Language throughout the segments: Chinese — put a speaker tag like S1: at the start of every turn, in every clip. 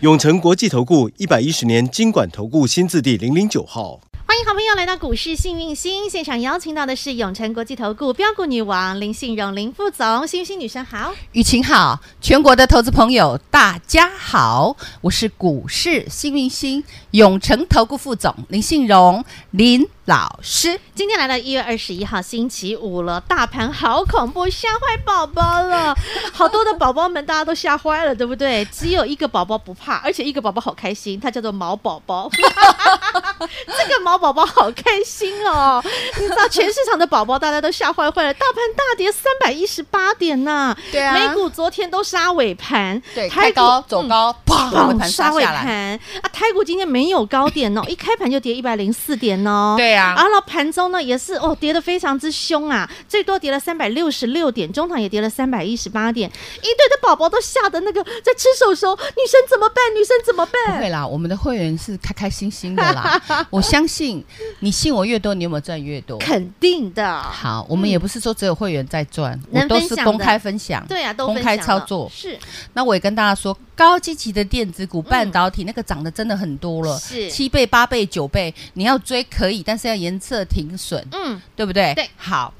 S1: 永诚国际投顾一百一十年经管投顾新字第零零九号。
S2: 欢迎好朋友来到股市幸运星现场，邀请到的是永诚国际投顾标股女王林信荣林副总，幸运星女神好。
S3: 雨晴好，全国的投资朋友大家好，我是股市幸运星永诚投顾副总林信荣林老师。
S2: 今天来到一月二十一号星期五了，大盘好恐怖，吓坏宝宝了，好多的宝宝们大家都吓坏了，对不 对？只有一个宝宝不怕，而且一个宝宝好开心，它叫做毛宝 宝。这个毛宝宝好开心哦！你知道全市场的宝宝大家都吓坏坏了，大盘大跌三百一十八点呐、
S3: 对啊
S2: 美股昨天都杀尾盘，
S3: 对，
S2: 台
S3: 开
S2: 股
S3: 高
S2: 嗯
S3: 走。高，砰，尾
S2: 砰
S3: 盘
S2: 杀
S3: 杀
S2: 尾
S3: 下来。
S2: 盘啊！台股今天没有高点 哦，一开盘就跌一百零四点哦。
S3: 对啊
S2: 然后盘中呢也是哦，跌得非常之凶啊，最多跌了三百六十六点，中场也跌了三百一十八点，一堆的宝宝都吓得那个在吃手手，女生怎么办？女生怎么
S3: 不
S2: 办？
S3: 会啦，我们的会员是开开心心的 啦。我相信你信我越多，你有没有赚越 多？
S2: 肯定的，
S3: 好，我们也不是说只有会员在赚，我
S2: 能
S3: 都
S2: 分
S3: 是
S2: 享
S3: 公
S2: 的
S3: 开分享。
S2: 对啊，都
S3: 公
S2: 分
S3: 开
S2: 享
S3: 操
S2: 了
S3: 作
S2: 是
S3: 那我也跟大家说，高积极的电子股、半导体那个涨的真的很多了，
S2: 是
S3: 七倍、八倍、九倍，你要追可以，但是要严策停损，
S2: 嗯，
S3: 对不对？
S2: 对，
S3: 好。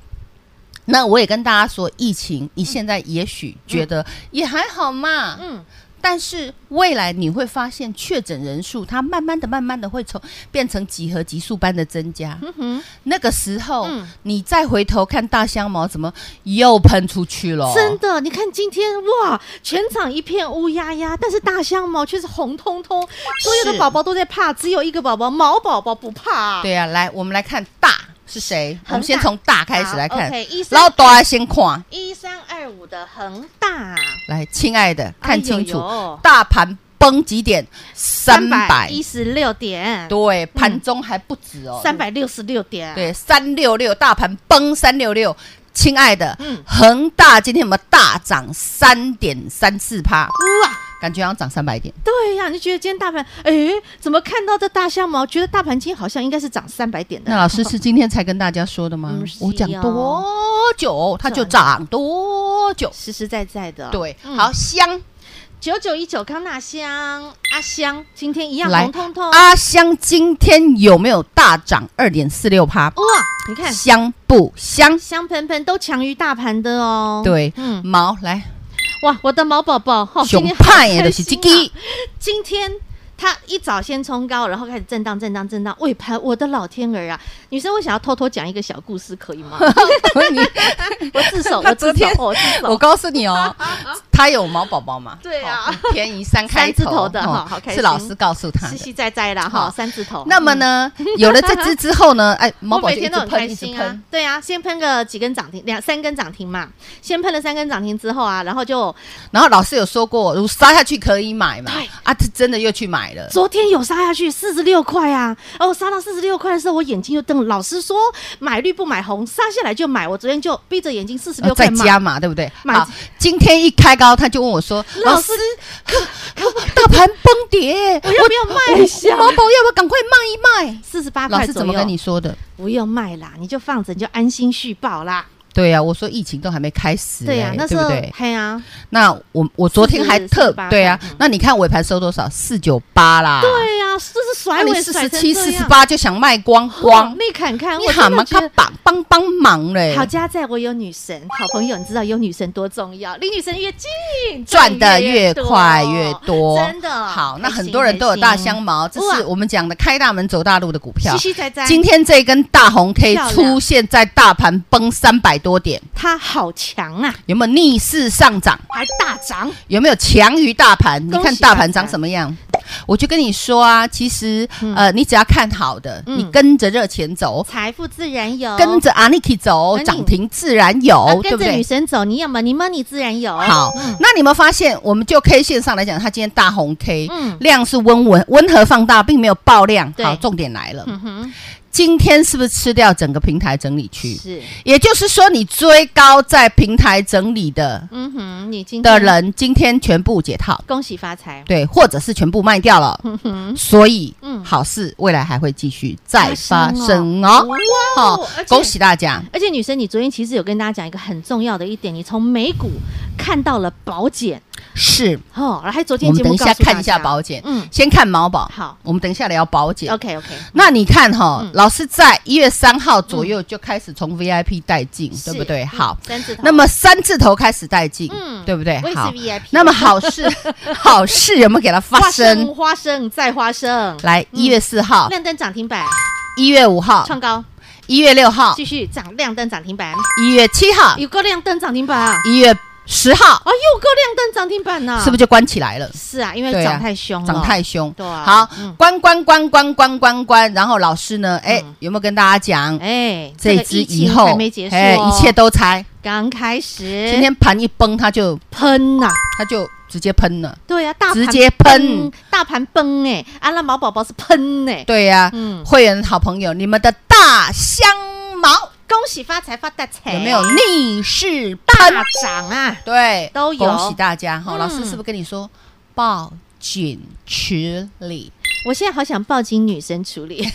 S3: 那我也跟大家说，疫情你现在也许觉得也还好嘛，
S2: 嗯，
S3: 但是未来你会发现确诊人数它慢慢的、慢慢的会从变成几何级数般的增加，
S2: 嗯哼，
S3: 那个时候
S2: 嗯
S3: 你再回头看大香茅怎么又喷出去了，
S2: 真的，你看今天哇，全场一片乌压压，但是大象毛却是红彤彤，所有的
S3: 是
S2: 宝宝都在怕，只有一个宝宝毛宝宝不怕、啊。
S3: 对啊，来，我们来看大是谁？
S2: 恒大
S3: 我们先从大开始来
S2: 好
S3: 看
S2: ，OK，一，三
S3: 老大先看。
S2: 一三二五的恒大，
S3: 来，亲爱的，看清楚，
S2: 哎
S3: 大盘崩几点？三百
S2: 一，十六点，
S3: 对，盘中还不止哦，
S2: 三，百六十六点，，
S3: 对，三六六，大盘崩三六六。亲爱的
S2: 嗯，
S3: 恒大今天有没有大涨三点三四趴？
S2: 哇，
S3: 感觉好像涨三百点。
S2: 对呀、你就觉得今天大盘，哎，怎么看到这大象毛，觉得大盘今天好像应该是涨三百点的。
S3: 那老师是今天才跟大家说的吗
S2: 嗯是？
S3: 我讲
S2: 呀
S3: 多久，它就
S2: 转
S3: 涨多久。
S2: 实实在在的，
S3: 对，
S2: 嗯
S3: 好香。
S2: 九九一九康纳香阿香，今天一样
S3: 来啊
S2: 红彤彤。
S3: 阿香今天有没有大涨二点四六趴？
S2: 哇，哦你看
S3: 香不香？
S2: 香喷喷都强于大盘的哦。，
S3: 对，
S2: 嗯，
S3: 毛来
S2: 哇，我的毛宝宝哈，
S3: 熊
S2: 今天好
S3: 派的
S2: 开
S3: 是这
S2: 心啊
S3: 个，
S2: 今天。它一早先冲高，然后开始震荡、震荡、震荡，尾盘，我的老天儿啊！女生，我想要偷偷讲一个小故事，可 以吗？
S3: 你
S2: 我自首，
S3: 他
S2: 我自首
S3: 昨
S2: 哦
S3: 天，
S2: 我自
S3: 我
S2: 首。
S3: 告诉你 哦，他有毛宝宝嘛？
S2: 对啊
S3: 好便宜三开
S2: 三字头的哈
S3: 哦
S2: 好开心
S3: 是老师告诉他
S2: 实
S3: 的。
S2: 实在在啦，哈，
S3: 好
S2: 三字头。
S3: 那么呢，有了这只之后 呢，哎，
S2: 嗯我
S3: 毛宝
S2: 每
S3: 就一
S2: 天
S3: 直
S2: 都很开
S3: 喷，一直
S2: 心啊
S3: 喷。。
S2: 对啊，先喷个几根涨停，两三根涨停嘛。先喷了三根涨停之后啊，然后就
S3: 然后老师有说过，如果杀下去可以买嘛
S2: 对？
S3: 啊，他真的又去买了。
S2: 昨天有杀下去四十六块啊，哦，杀到四十六块的时候，我眼睛就瞪了。老师说买绿不买红，杀下来就买。我昨天就闭着眼睛四十
S3: 呃
S2: 六
S3: 再
S2: 块买。
S3: 加嘛，对不对？
S2: 买
S3: 好，今天一开高，他就问我说：“
S2: 老
S3: 老
S2: 师
S3: 师，可可大盘崩 跌，
S2: 我要不要卖一下
S3: 我我毛宝要不要赶快卖一卖
S2: 四十八？”
S3: 老
S2: 块
S3: 师
S2: 啊左
S3: 怎
S2: 右
S3: 么，跟你说的？
S2: 不用卖啦，你就放着，你就安心续报啦。
S3: 对呀、我说疫情都还没开始、欸，
S2: 对呀、啊那时
S3: 对不
S2: 候
S3: 对？啊
S2: 嘿呀，
S3: 那我我昨天还特
S2: 48
S3: 对呀、啊
S2: 嗯
S3: 那你看尾盘收多少？四九八啦，
S2: 对呀、这是甩
S3: 那啊你
S2: 尾
S3: 四
S2: 甩
S3: 十
S2: 成
S3: 七、
S2: 这
S3: 四十
S2: 样，
S3: 八就想卖光光
S2: 哦，你看看，
S3: 你
S2: 我
S3: 喊
S2: 真的
S3: 嘛
S2: 觉
S3: 他
S2: 得。
S3: 帮帮帮忙嘞，
S2: 好家在我有女神，好朋友，你知道有女神多重要，离女神越近，
S3: 赚的越
S2: 多
S3: 快越多，
S2: 真的。
S3: 好，那
S2: 开
S3: 很
S2: 心
S3: 多人都有大，香
S2: 开
S3: 茅，这
S2: 哇
S3: 是我们讲的开大门走大路的股票
S2: 心。实实在在，
S3: 今天这根大红 K
S2: 漂亮
S3: 出现在大盘崩三百多点，
S2: 它好强啊，
S3: 有没有逆势上涨？
S2: 还大涨，
S3: 有没有强于大盘？你
S2: 恭喜
S3: 看大盘长什么样？我就跟你说啊，其实、
S2: 嗯
S3: 呃，你只要看好的，
S2: 嗯
S3: 你跟着热钱走，
S2: 财富自然有，
S3: 跟着 Aniki 走，
S2: 那你
S3: 涨停自然有，
S2: 啊
S3: 对
S2: 跟
S3: 不
S2: 着女
S3: 对？
S2: 神走，你有嗯 money money 自然有。
S3: 好，那你们发现，我们就 K 线上来讲，它今天大红 K，、
S2: 嗯
S3: 量是温文温和放大，并没有爆量。
S2: 对
S3: 好，重点来了，
S2: 嗯哼，
S3: 今天是不是吃掉整个平台整理区？
S2: 是，
S3: 也就是说，你追高在平台整理的
S2: 嗯哼，你今天
S3: 的人，今天全部解套，
S2: 恭喜发财，
S3: 对，或者是全部卖掉了。
S2: 嗯哼，
S3: 所以，
S2: 嗯
S3: 好事未来还会继续再
S2: 发
S3: 发
S2: 生
S3: 生
S2: 哦
S3: 哦。
S2: 哇哦
S3: 好
S2: 而且
S3: 恭喜大家！
S2: 而且女生，你昨天其实有跟大家讲一个很重要的一点，你从美股看到了保险
S3: 是
S2: 哦，然后还昨天
S3: 我们
S2: 节目
S3: 等一
S2: 告
S3: 下
S2: 诉大
S3: 看一下保险，
S2: 嗯
S3: 先看毛宝。
S2: 好
S3: 我们等一下聊保险。
S2: ，OK OK，
S3: 那你看哈、
S2: 嗯
S3: 老师在一月三号左右就开始从 VIP 带进，对不对？好，
S2: 三字头，
S3: 那么三字头开始带进，
S2: 嗯
S3: 对不对
S2: 我也？是
S3: 好，
S2: VIP，
S3: 那么好 事好事有没有给它发
S2: 花
S3: 生
S2: 生？花生再花生，
S3: 来，一月四号、
S2: 亮灯涨停板
S3: 一月五号、
S2: 创高，
S3: 一月六号、
S2: 继续涨亮灯涨停板，
S3: 一月七号、
S2: 有个亮灯涨停板啊，
S3: 一月十号，
S2: 啊，又个亮灯涨停板呢，
S3: 是不
S2: 是？
S3: 是就关起来了？
S2: 是啊，因为
S3: 对啊
S2: 涨太凶啊了，
S3: 涨太凶，
S2: 对啊
S3: 好
S2: 嗯，
S3: 关关关关关关关，然后老师呢？哎
S2: 嗯，
S3: 有没有跟大家讲？
S2: 哎，
S3: 这
S2: 个
S3: 一支
S2: 疫
S3: 以
S2: 情
S3: 后哎
S2: 还没结束哦，哎
S3: 一切都猜。
S2: 刚开始，
S3: 今天盘一崩，它就
S2: 喷呐、
S3: 它就直接喷了。
S2: 对啊呀、大盘嗯
S3: 直接喷，
S2: 大盘崩哎、啊，那毛宝宝是喷哎、
S3: 对啊呀，
S2: 嗯
S3: 会员好朋友，你们的大香茅
S2: 恭喜发财发大财，
S3: 有没有逆势喷？
S2: 大涨啊？
S3: 对，
S2: 都有
S3: 恭喜大家哈！
S2: 嗯
S3: 老师是不是跟你说抱紧池里？
S2: 我现在好想抱紧女生处 理，因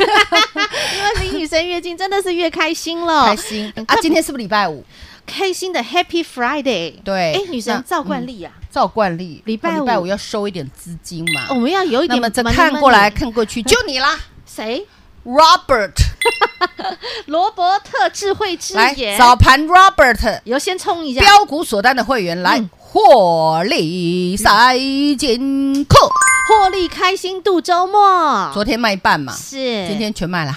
S2: 为离女生越近，真的是越开心了
S3: 开，心
S2: 嗯
S3: 啊
S2: 看！
S3: 今天是不是礼拜五？
S2: 开心的 Happy Friday。
S3: 对
S2: 哎，女
S3: 那
S2: 生照惯例啊，
S3: 照惯例，
S2: 礼拜
S3: 礼拜
S2: 五
S3: 五要收一点资金嘛。
S2: 我们要有一
S3: 那
S2: 点
S3: 么
S2: money
S3: 这
S2: money。
S3: 看过来看过去，就你啦
S2: 谁？
S3: ，Robert。
S2: 罗伯特智慧之
S3: 来，
S2: 眼，
S3: 早盘 Robert
S2: 有先冲一下，
S3: 标股锁单的会员来
S2: 嗯
S3: 获利塞金库，
S2: 获利开心度周末。
S3: 昨天卖一半嘛，
S2: 是
S3: 今天全卖了，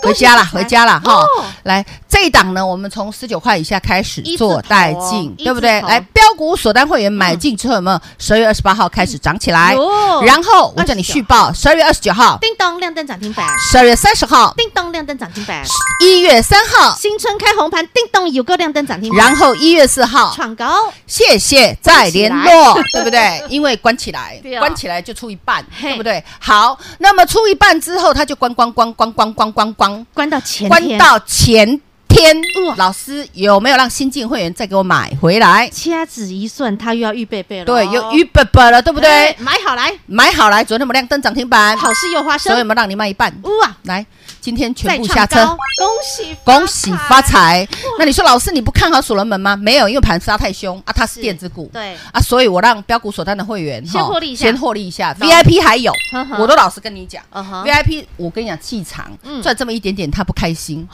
S2: 恭
S3: 回
S2: 喜
S3: 家了，
S2: 发财
S3: 回家了哈
S2: 哦。
S3: 来这一档呢，我们从十九块以下开始
S2: 一字
S3: 做
S2: 头
S3: 带
S2: 哦
S3: 进，
S2: 一
S3: 对不
S2: 字
S3: 对？
S2: 头
S3: 来标股锁单会员买进之后有没有？十二月二十八号开始涨起来
S2: 有，
S3: 然后我叫你续报，十二月二十九号、
S2: 叮咚亮灯涨停板，
S3: 十二月三十号、
S2: 叮咚亮灯涨停板。
S3: 一月三号，
S2: 新春开红盘，叮咚有个亮灯涨停板，
S3: 然后一月四号。
S2: 创高，
S3: 谢谢，再联络， 对不对？因为关起来
S2: 对，啊
S3: 关起来就出一半，
S2: 嘿
S3: 对不对？好，那么出一半之后，它就关关关关关关关关
S2: 关到前
S3: 关
S2: 天，
S3: 到前天
S2: 哇。
S3: 老师有没有让新进会员再给我买回来？
S2: 掐指一算，他又要预备备了。
S3: 对，有鱼本本了，对不对
S2: 哎？买好来，
S3: 买好来，昨天我们亮灯涨停板，
S2: 好事又花
S3: 所以我
S2: 生，
S3: 们让你卖一半。
S2: 哇，
S3: 来，今天全
S2: 再
S3: 部下
S2: 创
S3: 车
S2: 高，，恭喜
S3: 恭喜发，财。那你说老师你不看好所罗门吗？没有，因为盘杀太凶啊，它是
S2: 是
S3: 电子股。
S2: 对，
S3: 啊，所以我让标股锁单的会员
S2: 先
S3: 哈
S2: 获利一下
S3: 先获利一下
S2: 懂
S3: ，VIP 还有
S2: 呵呵，
S3: 我都老实跟你讲
S2: 嗯哼
S3: ，VIP 我跟你讲气场
S2: 嗯哦
S3: 赚这么一点点他不开心，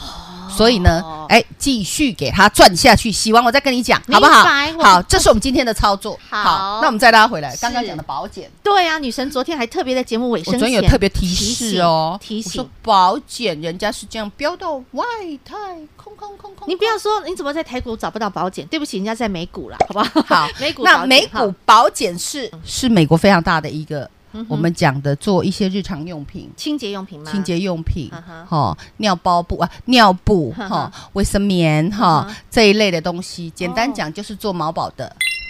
S3: 所以呢，哎，继续给他赚下去，希望我再跟你讲好不好
S2: 明白？我
S3: 好，这是我们今天的操作。
S2: 好
S3: 那我们再拉回来
S2: 是
S3: 刚刚讲的保险，
S2: 对啊，女神昨天还特别在节目尾
S3: 我
S2: 声
S3: 昨天有
S2: 前
S3: 特别提示哦，
S2: 提
S3: 我
S2: 醒提
S3: 说
S2: 醒。
S3: 保险人家是这样飙到外太空空空空，
S2: 你不要说你怎么在台股找不到保险，对不起，人家在美股 了，好不好？
S3: 好
S2: 美股保
S3: 那
S2: 险
S3: 美
S2: 哈嗯
S3: 股保险是是美国非常大的一个
S2: 嗯哼，
S3: 我们讲的做一些日常用品。
S2: 清洁用品吗？
S3: 清洁用品
S2: 嗯哼，
S3: 哈、尿包布啊，尿布
S2: 嗯哼
S3: 哈，卫生棉哈、
S2: 嗯哼
S3: 这一类的东西，简单
S2: 哦
S3: 讲就是做毛宝的，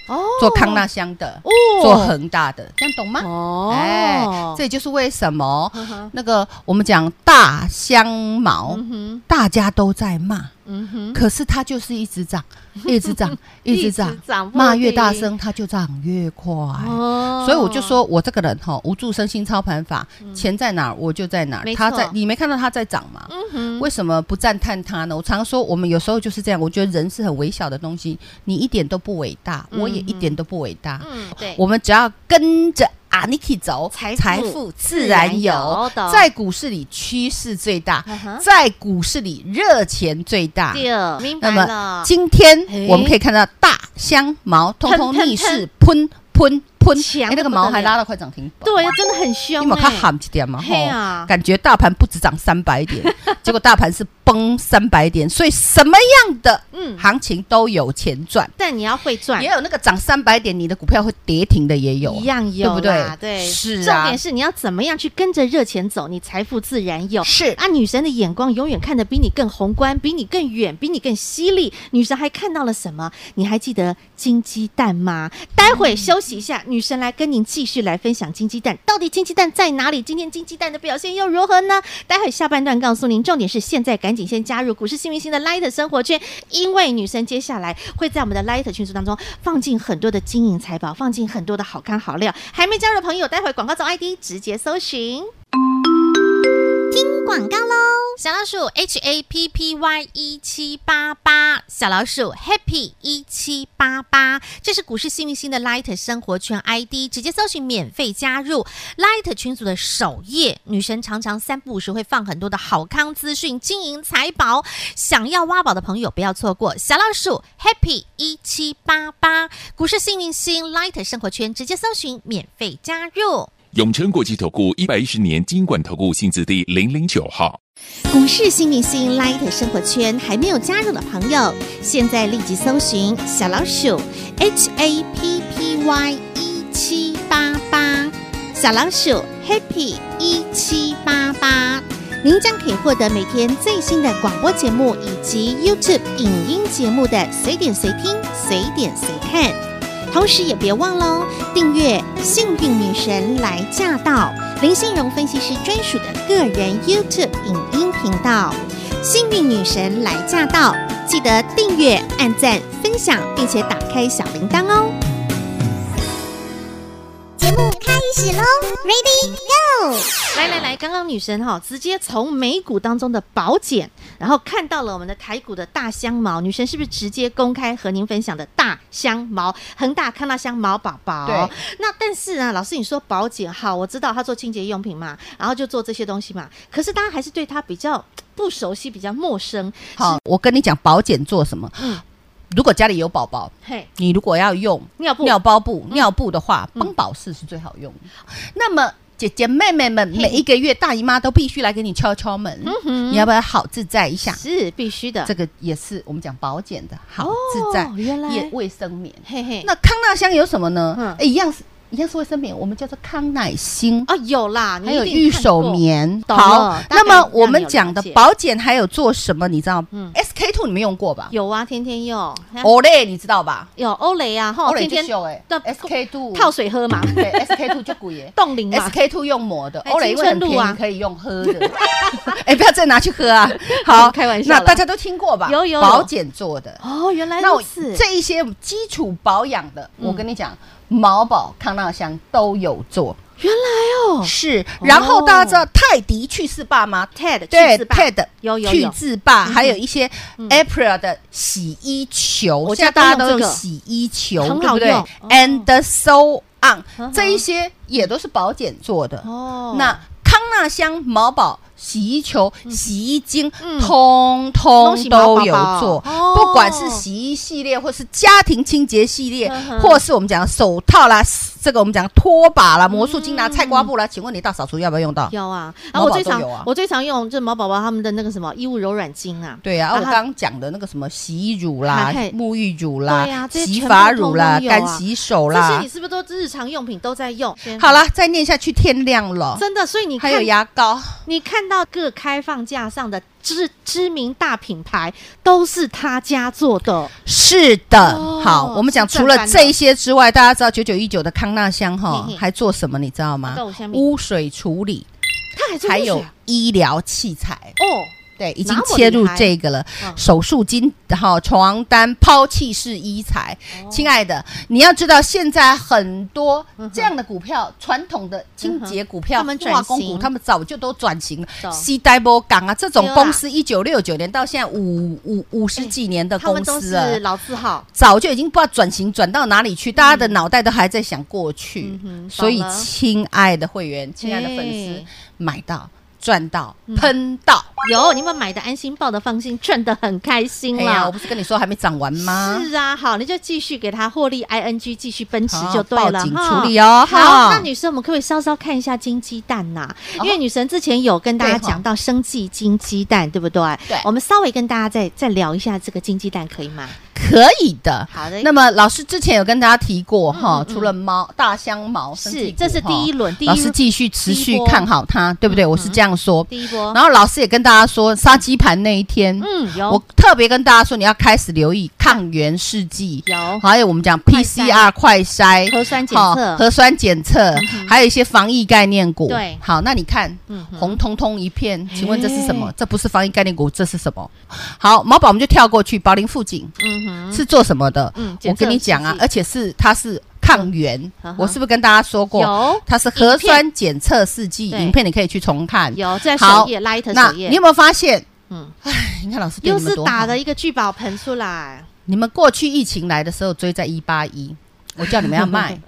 S2: 哦
S3: 做康纳香的，
S2: 哦
S3: 做恒大的，这样懂吗？
S2: 哦，
S3: 哎，这也就是为什么
S2: 嗯哼
S3: 那个我们讲大香茅，
S2: 嗯哼
S3: 大家都在骂，
S2: 嗯哼，
S3: 可是它就是一 直涨，一直涨，一直涨，
S2: 涨
S3: 骂越大，声，它就涨越快。
S2: 哦
S3: 所以我就说我这个人哈，无助身心操盘法，钱在哪儿我就在哪
S2: 嗯没
S3: 儿。
S2: 错
S3: 它在，你没看到它在涨吗？
S2: 嗯哼，
S3: 为什么不赞叹它呢？我常说，我们有时候就是这样。我觉得人是很微小的东西，你一点都不伟大，
S2: 嗯
S3: 我也一点都不伟大。
S2: 嗯，对，
S3: 我们只要跟着阿尼 k 走，
S2: 财富自
S3: 自然
S2: 然有
S3: 有
S2: 懂。
S3: 在股市里趋势最大
S2: 嗯哼，
S3: 在股市里热钱最大。
S2: 对，明白了
S3: 那么。今天
S2: 嘿
S3: 我们可以看到大香茅通通
S2: 喷喷
S3: 逆势喷喷喷喷，
S2: 强
S3: 哎，那
S2: 得
S3: 个
S2: 不
S3: 毛
S2: 得
S3: 还
S2: 了
S3: 拉到快涨停板。
S2: 对呀，真的很凶、欸。
S3: 因为它喊一点嘛，
S2: 嘿啊
S3: 感觉大盘不止涨三百 点，结果大盘是崩三百点，所以什么样的
S2: 嗯
S3: 行情都有钱赚，
S2: 但你要会赚，
S3: 也有那个涨三百点，你的股票会跌停的也有啊
S2: 一，样有
S3: 对不对
S2: 啦对，
S3: 是啊
S2: 重点是你要怎么样去跟着热钱走，你财富自然有。
S3: 是
S2: 啊，女神的眼光永远看得比你更宏观，比你更远，比你更犀利。女神还看到了什么？你还记得金鸡蛋吗？待会休息一下，女神来跟您继续来分享金鸡蛋，到底金鸡蛋在哪里？今天金鸡蛋的表现又如何呢？待会下半段告诉您。重点是现在赶紧先加入股市新明星的 Light 生活圈，因为女神接下来会在我们的 Light 群组当中放进很多的金银财宝，放进很多的好康好料。还没加入的朋友，待会广告找 ID 直接搜寻。
S4: 广告喽！小老鼠 H A P P Y 一七八八，小老鼠 Happy 一七八八，这是股市幸运星的 Light 生活圈 ID，直接搜寻免费加入 Light 群组的首页。女神常常三不五时会放很多的好康资讯、金银财宝，想要挖宝的朋友不要错过。小老鼠 Happy 一七八八，股市幸运星 Light 生活圈直接搜寻免费加入。
S5: 永诚国际投顾一百一十年金管投顾新字第零零九号，
S4: 股市新明星 Light 生活圈还没有加入的朋友，现在立即搜寻小老鼠 HAPPY 一 E 七八八，小老鼠 Happy 一七八八，您将可以获得每天最新的广播节目以及 YouTube 影音节目的随点随听、随点随看。同时也别忘喽，订阅《幸运女神来驾到》林信荣分析师专属的个人 YouTube 影音频道《幸运女神来驾到》，记得订阅、按赞、分享，并且打开小铃铛哦。节目开始喽，Ready Go！
S2: 来来来，刚刚女神哈、直接从美股当中的宝检，然后看到了我们的台股的大香茅，女神是不是直接公开和您分享的大香茅？恒大康纳香茅宝宝
S3: 对。
S2: 那但是啊，老师你说宝检好，我知道它做清洁用品嘛，然后就做这些东西嘛，可是大家还是对它比较不熟悉，比较陌生。
S3: 好，我跟你讲，保险做什么？
S2: 嗯
S3: 如果家里有宝宝，
S2: 嘿，
S3: 你如果要用
S2: 尿布
S3: 尿包布、尿布的话，
S2: 嗯
S3: 崩宝适是最好用的。嗯那么姐姐妹妹们，每一个月大姨妈都必须来给你敲敲门，
S2: 嗯哼
S3: 你要不要好自在一下？
S2: 是必须的。
S3: 这个也是我们讲保健的好自在
S2: 哦，原来
S3: 也卫生棉。
S2: 嘿嘿，
S3: 那康纳香有什么呢？
S2: 嗯
S3: 哎一样是一样是卫生棉，我们叫做康乃馨。
S2: 啊有啦，你
S3: 还
S2: 一
S3: 有
S2: 定
S3: 玉
S2: 看
S3: 手
S2: 过，
S3: 棉，
S2: 懂
S3: 好
S2: 了。大概
S3: 那么我
S2: 让你
S3: 们
S2: 有
S3: 讲的
S2: 了解
S3: 保健还有做什么？你知道
S2: 嗯
S3: ？SK two 你们用过吧？
S2: 有啊，天天用。
S3: 哦嘞，你知道吧？
S2: 有欧蕾啊，哈，
S3: 哦嘞
S2: 天
S3: 就
S2: 天
S3: 秀哎
S2: 那
S3: ，SK two
S2: 泡水喝嘛，
S3: 对，SK two 就贵耶。
S2: 冻龄嘛。
S3: SK two 用抹的，哦
S2: 哎
S3: 欧蕾因为很
S2: 青春
S3: 便
S2: 露啊
S3: 宜，可以用喝的。 哎，不要再拿去喝 啊！好，
S2: 开玩笑啦
S3: 那大家都听过吧？
S2: 有有有
S3: 保健做的。
S2: 哦，原来
S3: 那
S2: 如
S3: 我
S2: 此。
S3: 这一些基础保养的，
S2: 嗯
S3: 我跟你讲，毛宝、康纳香都有做。
S2: 原来哦
S3: 是，然后大家知道泰迪去世爸妈，
S2: ，TED
S3: 对
S2: 去自霸
S3: ，TED
S2: 有有嗯
S3: 去
S2: 有，
S3: 渍霸，还有一些 April 的洗衣球，
S2: 我
S3: 现在
S2: 家都
S3: 大
S2: 用
S3: 家都
S2: 这
S3: 有
S2: 个
S3: 洗衣球，
S2: 很
S3: 对
S2: 好
S3: 不对
S2: 用哦
S3: ？And so on，
S2: 嗯
S3: 这一些也都是保检做的。
S2: 哦
S3: 那康纳香、毛宝、洗衣球、洗衣精，
S2: 嗯
S3: 通
S2: 都
S3: 通
S2: 是毛
S3: 都
S2: 宝
S3: 有
S2: 宝
S3: 做
S2: 哦，
S3: 不管是洗衣系列，或是家庭清洁系列
S2: 嗯哼，
S3: 或是我们讲的手套啦，这个我们讲的拖把啦、魔术巾
S2: 嗯
S3: 啦、菜瓜布啦，请问你大扫除要不要用到？
S2: 有啊，然
S3: 毛
S2: 后我
S3: 宝
S2: 最
S3: 都
S2: 常
S3: 有啊
S2: 我最常用就是毛宝宝他们的那个什么衣物柔软巾啊，
S3: 对呀、啊，
S2: 啊
S3: 我刚刚讲的那个啊什么洗衣乳啦
S2: 还、还
S3: 沐浴乳啦、
S2: 对呀这些
S3: 洗
S2: 全
S3: 发
S2: 部通
S3: 乳啦、
S2: 通有啊
S3: 干洗手
S2: 这些
S3: 啦
S2: 你，是不是都日常用品都在用？
S3: 好，啦，再念下去天亮了。
S2: 真的，所以你
S3: 还
S2: 看
S3: 有牙膏，
S2: 你看到各开放架上的知知名大品牌都是他家做的，
S3: 是的，
S2: 哦
S3: 好，我们讲
S2: 是
S3: 除
S2: 赚翻
S3: 了
S2: 了
S3: 这一些之外，大家知道九九一九的康纳香哈
S2: 嘿嘿
S3: 还做什么？你知道吗
S2: 到？我下面
S3: 污水处理，
S2: 他还做
S3: 还
S2: 热
S3: 有
S2: 水啊
S3: 医疗器材，
S2: 哦，
S3: 对，已经
S2: 哪么
S3: 切入
S2: 厉害
S3: 这个了。
S2: 嗯
S3: 手术巾、好床单、抛弃式医材，
S2: 哦
S3: 亲爱的，你要知道，现在很多
S2: 嗯
S3: 这样的股票，传统的清洁股票、
S2: 他们转
S3: 化工股，
S2: 型
S3: 他们早就都转型
S2: 懂
S3: 了。西代波港啊，这种
S2: 对啊哎
S3: 公司一九六九年到现在五五五十几年的
S2: 他
S3: 公
S2: 们都
S3: 司啊
S2: 是
S3: 了。
S2: 老字号，
S3: 早就已经不知道转型转到哪里去，大家的脑袋都还在想过去
S2: 嗯嗯，哼
S3: 所以
S2: 懂了
S3: 亲爱的会员、亲爱的粉
S2: 嘿
S3: 丝，买到赚到
S2: 嗯
S3: 喷到。
S2: 有你们买的安心抱的放心，赚的很开心
S3: 哎呀，我
S2: 啦。
S3: 不是跟你说还没涨完吗？
S2: 是啊，好，你就继续给它获利，ing 继续奔驰
S3: 好
S2: 就对了
S3: 报警
S2: 哈
S3: 处理哦。
S2: 好，
S3: 哈
S2: 那女生我们可不可以稍稍看一下金鸡蛋呐、
S3: 哦
S2: 因为女神之前有跟大家讲到生计金鸡蛋，对不对？
S3: 对
S2: 我们稍微跟大家再再聊一下这个金鸡蛋，可以吗？
S3: 可以的。
S2: 好的，
S3: 那么老师之前有跟大家提过哈
S2: 嗯，嗯
S3: 除了猫大香毛生
S2: 是
S3: 技股
S2: 这是
S3: 哈
S2: 第一轮，第一嗯
S3: 老师
S2: 轮
S3: 继续持
S2: 第一
S3: 续
S2: 波
S3: 看好它，对不对？我是这样说。
S2: 第一波，
S3: 然后老师也跟大家说，杀鸡盘那一天，
S2: 嗯有
S3: 我特别跟大家说，你要开始留意抗原试剂，
S2: 有
S3: 还有我们讲
S2: 快筛
S3: PCR 快筛。
S2: 核酸检
S3: 好
S2: 测，嗯
S3: 核酸检测，还有一些防疫概念股。
S2: 对
S3: 好，那你看，
S2: 嗯哼
S3: 红彤彤一片，请问这是什么？这不是防疫概念股，这是什么？好，毛宝我们就跳过去，宝林附近
S2: 嗯哼，
S3: 是做什么的
S2: 嗯？
S3: 我
S2: 检测
S3: 跟你讲
S2: 试
S3: 啊
S2: 剂，
S3: 而且是它是抗原
S2: 嗯呵呵，
S3: 我是不是跟大家说过？
S2: 有
S3: 它是核酸检测试剂，
S2: 对
S3: 影片你可以去重看。
S2: 有在
S3: 好
S2: 首页 Light
S3: 那
S2: 首页，
S3: 你有没有发现？
S2: 嗯
S3: 嗯，哎，你看老师对
S2: 又
S3: 你们
S2: 是
S3: 多
S2: 打
S3: 好。啊
S2: 了一个聚宝盆出来，
S3: 你们过去疫情来的时候追在一八一，我叫你们要 卖，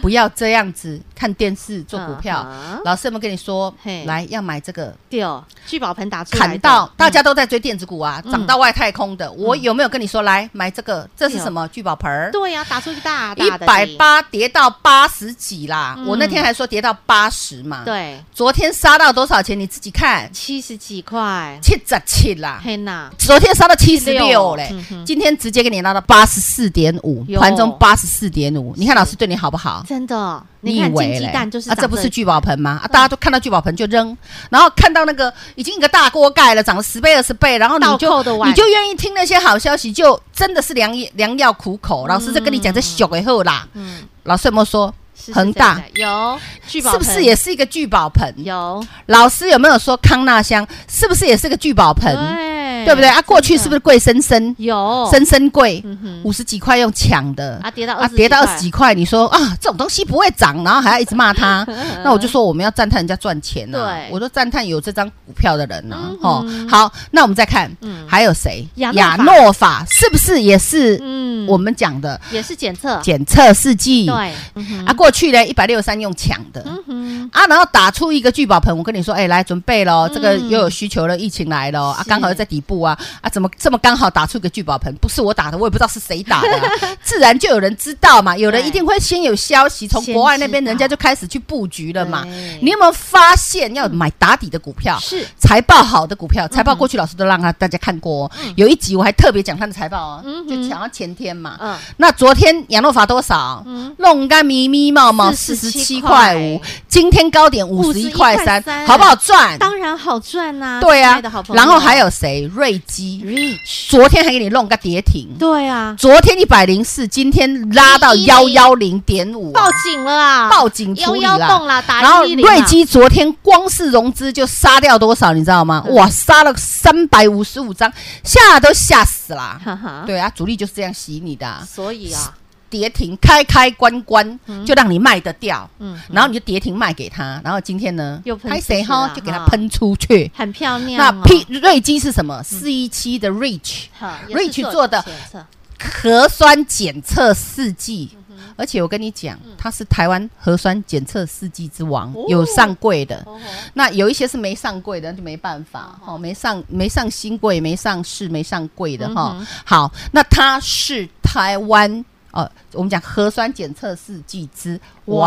S3: 不要这样子看电视做股票。
S2: 嗯
S3: 老师有没有跟你说
S2: 嘿，
S3: 来要买这个？
S2: 对哦，聚宝盆打出来的，
S3: 砍到大家都在追电子股啊，
S2: 嗯
S3: 涨到外太空的。我有没有跟你说来买这个？这是什么聚宝盆儿
S2: 嗯？对呀，打出一个大
S3: 一
S2: 哎大的
S3: 百
S2: 底，
S3: 八跌到八十几啦！
S2: 嗯
S3: 我那天还说跌到八十嘛。，
S2: 对，
S3: 昨天杀到多少钱？你自己看，
S2: 七十几块，
S3: 七十七啦。
S2: 天哪，
S3: 昨天杀到七十六嘞
S2: 嗯哼，
S3: 今天直接给你拉到八十四点五
S2: 哟，
S3: 盘中八十四点五。你看老师对你好不好？
S2: 真的，
S3: 你
S2: 你
S3: 以
S2: 看金
S3: 为
S2: 鸡
S3: 嘞？
S2: 蛋就是
S3: 啊，
S2: 长
S3: 这不是聚宝盆吗？啊，
S2: 嗯
S3: 大家都看到聚宝盆就扔，然后看到那个已经一个大锅盖了，涨了十倍二十倍，然后你
S2: 倒扣
S3: 就
S2: 的碗
S3: 你就愿意听那些好消息，就真的是良良药苦口。老师在跟你讲，这小以后啦，
S2: 嗯，
S3: 老师有没有说
S2: 是
S3: 恒大？
S2: 是是有聚宝
S3: 是
S2: 盆，
S3: 不是也是一个聚宝盆？
S2: 有？
S3: 老师有没有说康纳香是不是也是个聚宝盆？
S2: 对
S3: 对不对啊？过去是不
S2: 是
S3: 是贵生生
S2: 有？
S3: 生生贵
S2: 嗯哼
S3: 五十几块用抢的
S2: 啊，跌到
S3: 啊，
S2: 20
S3: 跌到二
S2: 块
S3: 十几块，你说啊，这种东西不会涨，然后还要一直骂 他，那我就说我们要赞叹人家赚钱
S2: 嗯
S3: 啊，
S2: 对
S3: 我都赞叹有这张股票的人啊，哦
S2: 嗯哼，
S3: 好，那我们再看
S2: 嗯，
S3: 还有谁？
S2: 亚诺法
S3: 诺法是不是也是
S2: 嗯
S3: 我们讲的
S2: 也是检测，
S3: 检测试剂？
S2: 对，嗯哼
S3: 啊，过去呢一百六十三用抢的，
S2: 嗯哼，
S3: 啊，然后打出一个聚宝盆，我跟你说，哎、来准备喽，这个
S2: 嗯
S3: 又有需求了，疫情来了，啊，
S2: 是
S3: 刚好又在底部啊，啊，怎么这么刚好打出一个聚宝盆？不是我打的，我也不知道是谁打的啊、 自然就有人知道嘛，有人一定会先有消息，从
S2: 先
S3: 国外那边
S2: 知道
S3: 人家就开始去布局了嘛
S2: 对。
S3: 你有没有发现要买打底的股票？
S2: 是嗯
S3: 财报好的股票，财报过去老师都让他大家看过、哦，有一集我还特别讲他的财报哦，
S2: 嗯哼
S3: 就讲到前天嘛，
S2: 嗯
S3: 那昨天养乐法多少？
S2: 嗯
S3: 弄干咪咪冒冒四十
S2: 47
S3: 七块五，今天高点五十一块
S2: 51.3
S3: 三，好不好赚？
S2: 当然好赚呐，
S3: 对
S2: 亲
S3: 啊
S2: 爱的好。朋友
S3: 然后还有谁？瑞基，
S2: reach，
S3: 昨天还给你弄个跌停，
S2: 对啊，
S3: 昨天一百零四，今天拉到幺
S2: 110
S3: 幺零点五，
S2: 报警了啊，
S3: 报警处
S2: 幺
S3: 理
S2: 幺洞
S3: 啦。
S2: 啦，打
S3: 然后
S2: 110啦
S3: 瑞基昨天光是融资就杀掉多少，你知道吗？
S2: 嗯
S3: 哇，杀了三百五十五张，吓都吓死啦！
S2: 哈哈，
S3: 对啊，主力就是这样洗你的啊。
S2: 所以啊，
S3: 跌停开开关关，就让你卖得掉，
S2: 嗯，
S3: 然后你就跌停卖给他，然后今天呢
S2: 又，喷
S3: 拍谁
S2: 出去了
S3: 哈就给他
S2: 哈
S3: 喷出去。
S2: 很漂亮
S3: 那
S2: 哦。
S3: P 瑞基是什么？四一七
S2: 嗯
S3: 的 Reach
S2: 好也是
S3: Reach 做的
S2: 检测
S3: 核酸检测试剂，
S2: 嗯
S3: 而且我跟你讲，它是台湾核酸检测试剂之王
S2: 哦，
S3: 有上柜的。
S2: 哦吼
S3: 那有一些是没上柜的，那就没办法哦，没上没上新柜，没上市，没上柜的哈、
S2: 嗯
S3: 好，那它是台湾呃，我们讲核酸检测试剂之王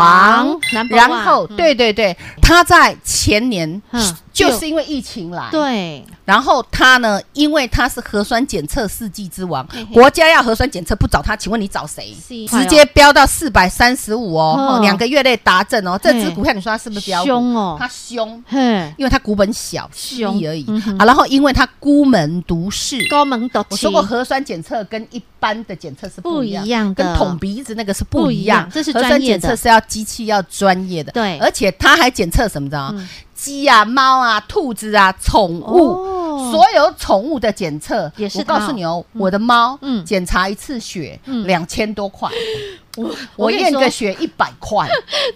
S2: 王，，number
S3: 然
S2: one，
S3: 后、
S2: 嗯
S3: 对对对，它在前年、
S2: 嗯
S3: 就是因为疫情来，
S2: 对，
S3: 然后它呢，因为它是核酸检测试剂之王
S2: 嘿，嘿
S3: 国家要核酸检测不找它，请问你找谁？
S2: 嗯是
S3: 直接飙到四百三十五
S2: 哦
S3: 哦，哦两个月内达阵哦，这只股票你说它是不是飙股？
S2: 凶哦
S3: 它凶，
S2: 嘿，
S3: 因为它股本小，势
S2: 凶
S3: 力而已、
S2: 嗯哼
S3: 啊。然后因为它孤门独市，
S2: 高门斗
S3: 我说过核酸检测跟一般的检测是不一样，
S2: 不一样的
S3: 跟捅鼻子那个是不一样。
S2: 不一样这是
S3: 核
S2: 专
S3: 酸
S2: 业的
S3: 检测是要机器要专业的，
S2: 对
S3: 而且它还检测什么的
S2: 嗯？
S3: 鸡啊、猫啊、兔子啊、宠物。
S2: 哦
S3: 所有宠物的检测
S2: 也是
S3: 我
S2: 它哦
S3: 告诉你哦，我的猫，
S2: 嗯
S3: 检查一次血
S2: 嗯
S3: 两千多块，
S2: 我
S3: 我
S2: 跟你
S3: 验
S2: 说
S3: 个血一百块，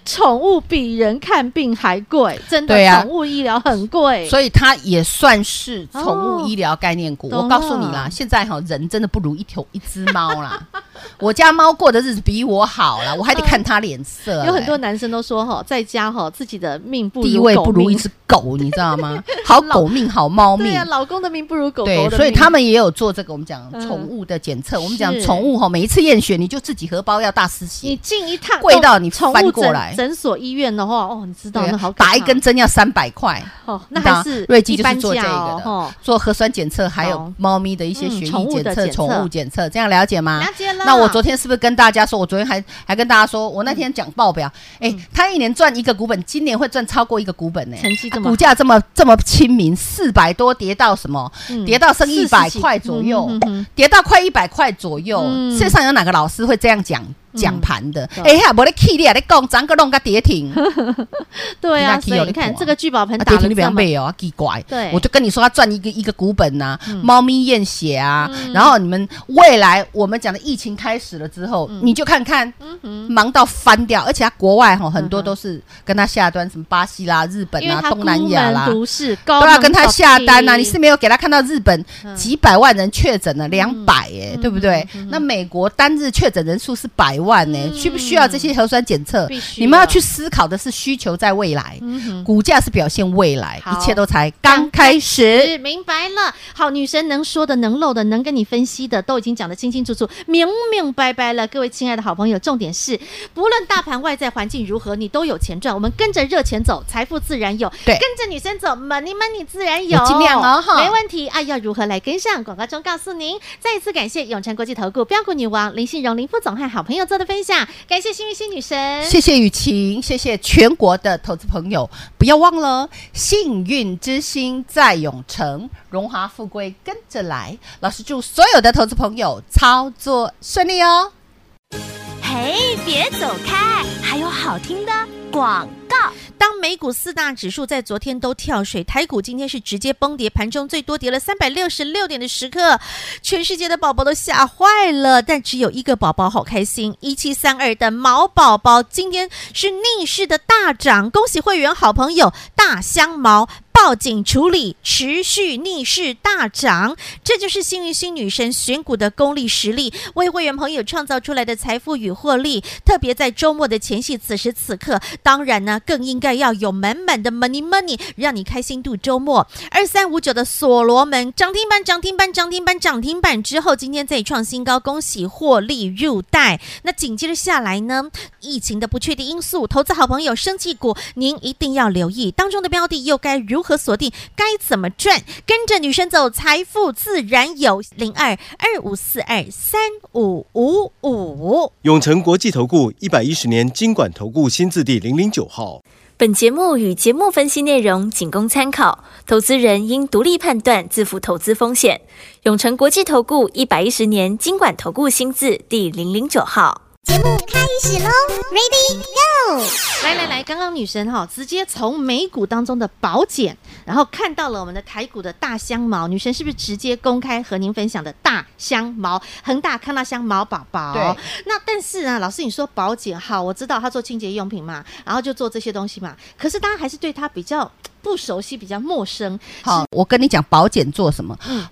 S2: 宠物比人看病还贵，真
S3: 对
S2: 的，
S3: 啊
S2: 宠物医疗很贵。
S3: 所以它也算是宠
S2: 哦
S3: 物医疗概念股。
S2: 懂
S3: 我告诉你
S2: 了
S3: 啦，现在哈人真的不如一头一只猫啦。 我家猫过的日子比我好啦，我还得看它脸色嘞。
S2: 嗯有很多男生都说哈，在家哈自己的命不如
S3: 地位
S2: 狗
S3: 不如一
S2: 命
S3: 只狗，你知道吗？好狗命，好猫
S2: 对
S3: 命
S2: 呀、。 老公的命不如狗狗的
S3: 对
S2: 命。，
S3: 所以他们也有做这个我们讲
S2: 嗯
S3: 宠物的检测。我们
S2: 是
S3: 讲宠物哈，每一次验血你就自己荷包要大失血，
S2: 你进一趟
S3: 贵
S2: 动
S3: 到你
S2: 宠
S3: 翻
S2: 物
S3: 过
S2: 诊
S3: 来
S2: 诊所医院的话，哦，你知道
S3: 对啊
S2: 那好可
S3: 打一
S2: 怕
S3: 根针要三百块。
S2: 哦，那
S3: 你知道
S2: 还是
S3: 瑞基
S2: 一
S3: 就是
S2: 般
S3: 做这
S2: 价
S3: 个
S2: 哦
S3: 的啊
S2: 吼，
S3: 做核酸检测，还有
S2: 懂
S3: 猫咪的一些
S2: 嗯
S3: 血
S2: 宠
S3: 液
S2: 物的
S3: 检测、
S2: 检
S3: 宠
S2: 测
S3: 物检测，这样了解吗？
S2: 了解了。
S3: 那我昨天是不是跟大家说，我昨天还还跟大家说，我那天讲报表，
S2: 嗯
S3: 哎、他一年赚一个股本，今年会赚超过一个股本呢、
S2: 成绩这么
S3: 股价这么这么亲民，四百多跌到什么？
S2: 嗯
S3: 跌到剩一百块左右，跌到快一百块左右。
S2: 嗯
S3: 世界上有哪个老师会这样讲讲盘的？
S2: 对
S3: 哎、呀，我的 K 你啊，你讲涨个弄个跌 停，
S2: 对啊，
S3: 你那
S2: 所以
S3: 有
S2: 你
S3: 你
S2: 看
S3: 看
S2: 这个聚宝盆
S3: 啊
S2: 打
S3: 跌
S2: 了
S3: 停你不
S2: 这
S3: 要
S2: 么
S3: 背哦，啊奇怪。
S2: 对
S3: 我就跟你说，他赚一个一个股本呐、
S2: 嗯
S3: 猫咪验血啊，然后你们未来我们讲的疫情开始了之后，
S2: 嗯
S3: 你就看看，忙到翻掉，而且他国外哈很多都是跟他下单，什么巴西啦、日本
S2: 嗯因为
S3: 啦、
S2: 他
S3: 东南亚啦
S2: 孤门。独市，高
S3: 都要
S2: 能
S3: 跟他
S2: 手
S3: 下单呐、
S2: 机
S3: 你是没有给他看到日本
S2: 嗯
S3: 几百万人确诊了，两百耶，对不对？那美国单日确诊人数是百万呢、需不需要这些核酸检测
S2: 嗯必？须啊
S3: 你们要
S2: 的
S3: 去思考的是需求在未来，股价是表现未来，
S2: 好
S3: 一切都才刚开始。
S2: 是明白了。好，女神能说的、能漏的、能跟你分析的，都已经讲得清清楚楚、明明白白了。各位亲爱的好朋友，重点是，不论大盘外在环境如何，你都有钱赚。我们跟着热钱走，财富自然有；
S3: 对
S2: 跟着女生走，money money 自然有。
S3: 我尽量哦哈
S2: 没问题。啊，要如何来跟上？广告中告诉您。再一次感谢永诚国际投顾标股女王林信荣林副总和好朋友做的分享，感谢幸运星女神。
S3: 谢谢雨晴，谢谢全国的投资朋友，不要忘了，幸运之星在永城，荣华富贵跟着来。老师祝所有的投资朋友操作顺利哦。
S6: 嘿，别走开，还有好听的广告。
S7: 当美股四大指数在昨天都跳水，台股今天是直接崩跌，盘中最多跌了三百六十六点的时刻，全世界的宝宝都吓坏了，但只有一个宝宝好开心，一七三二的毛宝宝今天是逆势的大涨，恭喜会员好朋友大香毛。报警处理，持续逆势大涨，这就是幸运星女神选股的功力实力，为会员朋友创造出来的财富与获利。特别在周末的前夕，此时此刻，当然呢，更应该要有满满的 money money，让你开心度周末。二三五九的所罗门涨停板，涨停板，涨停板，涨停板之后，今天再创新高，恭喜获利入袋。那紧接着下来呢，疫情的不确定因素，投资好朋友生技股，您一定要留意当中的标的又该如何锁定，该怎么赚，跟着女生走，财富自然有。零二二五四二三五五五。
S1: 永诚国际投顾一百一十年金管投顾新字第零零九号。
S8: 本节目与节目分析内容仅供参考，投资人应独立判断，自负投资风险。永诚国际投顾一百一十年经管投顾新字第零零九号。
S2: 来来来，刚刚女神哈、直接从美股当中的宝简，然后看到了我们的台股的大香茅，女神是不是直接公开和您分享的大香茅？恒大看到香茅宝宝
S3: 对，
S2: 那但是啊，老师你说宝简好，我知道他做清洁用品嘛，然后就做这些东西嘛，可是大家还是对他比较不熟悉，比较陌生。
S3: 好，我跟你讲，保险做什么？
S2: 嗯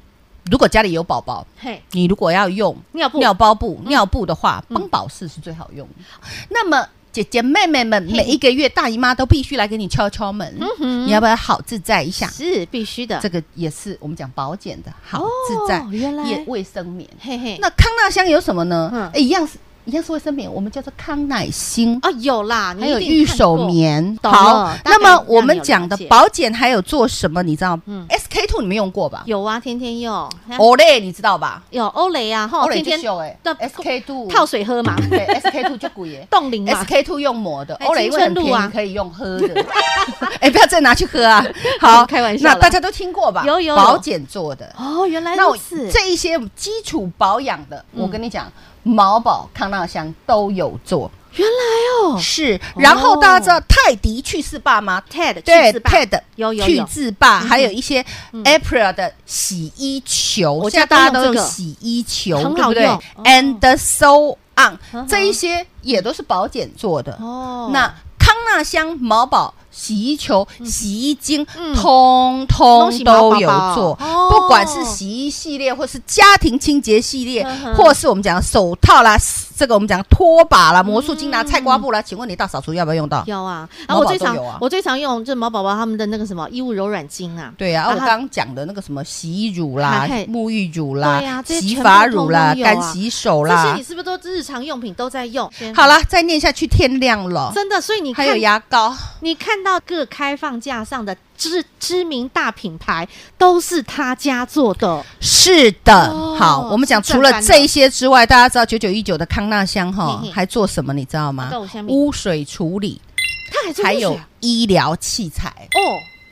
S3: 如果家里有宝宝，
S2: 嘿，
S3: 你如果要用
S2: 尿布
S3: 尿包布、尿布的话，邦宝适是最好用的。嗯那么。姐姐、妹妹们，每一个月大姨妈都必须来给你敲敲门，你要不要好自在一下？
S2: 嗯是必须的。
S3: 这个也是我们讲保健的好自在
S2: 哦，原来
S3: 也卫生棉。
S2: 嘿嘿，
S3: 那康纳香有什么呢？
S2: 嗯
S3: 哎一样是一样是卫生棉，我们叫做康乃馨。
S2: 啊有啦，你
S3: 还有
S2: 一定
S3: 玉
S2: 看
S3: 手
S2: 过，
S3: 棉，
S2: 懂
S3: 好
S2: 了，大
S3: 那
S2: 概
S3: 么
S2: 让
S3: 我
S2: 你
S3: 们
S2: 有
S3: 讲
S2: 了
S3: 的
S2: 解
S3: 保健还有做什么？你知道
S2: 嗯
S3: ？SK two 你们用过吧？
S2: 有啊，天天用，
S3: 哦嘞，你知道吧？
S2: 有欧蕾啊，哈，
S3: 哦嘞
S2: 天
S3: 就
S2: 天
S3: 秀哎
S2: 那
S3: ，SK two
S2: 泡水喝嘛，
S3: 对，SK two 就贵耶
S2: 冻龄嘛。
S3: ，SK two 用抹的，哦
S2: 哎
S3: 欧蕾因为
S2: 青春
S3: 很便
S2: 露啊
S3: 宜，可以用喝 的。 哎，不要再拿去喝啊！好，
S2: 开玩笑啦
S3: 那大家都听过吧？
S2: 有有有
S3: 保健做的，
S2: 哦，原来
S3: 那
S2: 如
S3: 我
S2: 此。
S3: 这一些基础保养的，
S2: 嗯
S3: 我跟你讲，毛宝、康纳香都有做。原来哦，是。然后大家
S2: 哦
S3: 知道泰迪去世爸妈
S2: TED
S3: 对
S2: 去世爸
S3: TED
S2: 有有
S3: 去
S2: 有嗯
S3: 渍霸，还有一些 April 的洗衣球，
S2: 我
S3: 现
S2: 家
S3: 在
S2: 都
S3: 大家
S2: 用
S3: 都
S2: 这
S3: 有
S2: 个
S3: 洗衣球，
S2: 很
S3: 对
S2: 好
S3: 不对
S2: 用哦嗯
S3: ？And so 昂，这一些也都是保检做的。
S2: 哦
S3: 那康纳香、毛宝、洗衣球、洗衣精，
S2: 嗯
S3: 通
S2: 都
S3: 通
S2: 是毛
S3: 都
S2: 宝
S3: 有
S2: 宝
S3: 做，
S2: 哦
S3: 不管是洗衣系列，或是家庭清洁系列
S2: 嗯哼，
S3: 或是我们讲的手套啦，这个我们讲的拖把
S2: 嗯
S3: 啦、魔术巾啦、菜瓜布啦，请问你大扫除要不要用到？
S2: 有啊，啊，
S3: 毛
S2: 我
S3: 宝
S2: 最
S3: 都
S2: 常
S3: 有啊
S2: 我最常用就是毛宝宝他们的那个什么衣物柔软巾啊，
S3: 对呀、
S2: 啊
S3: 啊，我刚刚讲的那个什么洗衣乳啦
S2: 还可以、
S3: 沐浴乳啦、
S2: 对呀啊这些
S3: 洗
S2: 全部
S3: 发乳啦、
S2: 通通有啊
S3: 干洗手
S2: 这些
S3: 啦
S2: 你，是不是都日常用品都在用？
S3: 好啦，再念下去天亮了。
S2: 真的，所以你看
S3: 还有牙膏，
S2: 你看到各开放架上的知知名大品牌都是他家做的，
S3: 是的，
S2: 哦
S3: 好，我们讲
S2: 是
S3: 除
S2: 正
S3: 了
S2: 版的
S3: 这一些之外，大家知道九九一九的康纳香哈
S2: 嘿嘿
S3: 还做什么？你知道吗
S2: 到我下？面
S3: 污水处理，
S2: 他还做
S3: 啊还
S2: 热水
S3: 有
S2: 啊
S3: 医疗器材，
S2: 哦，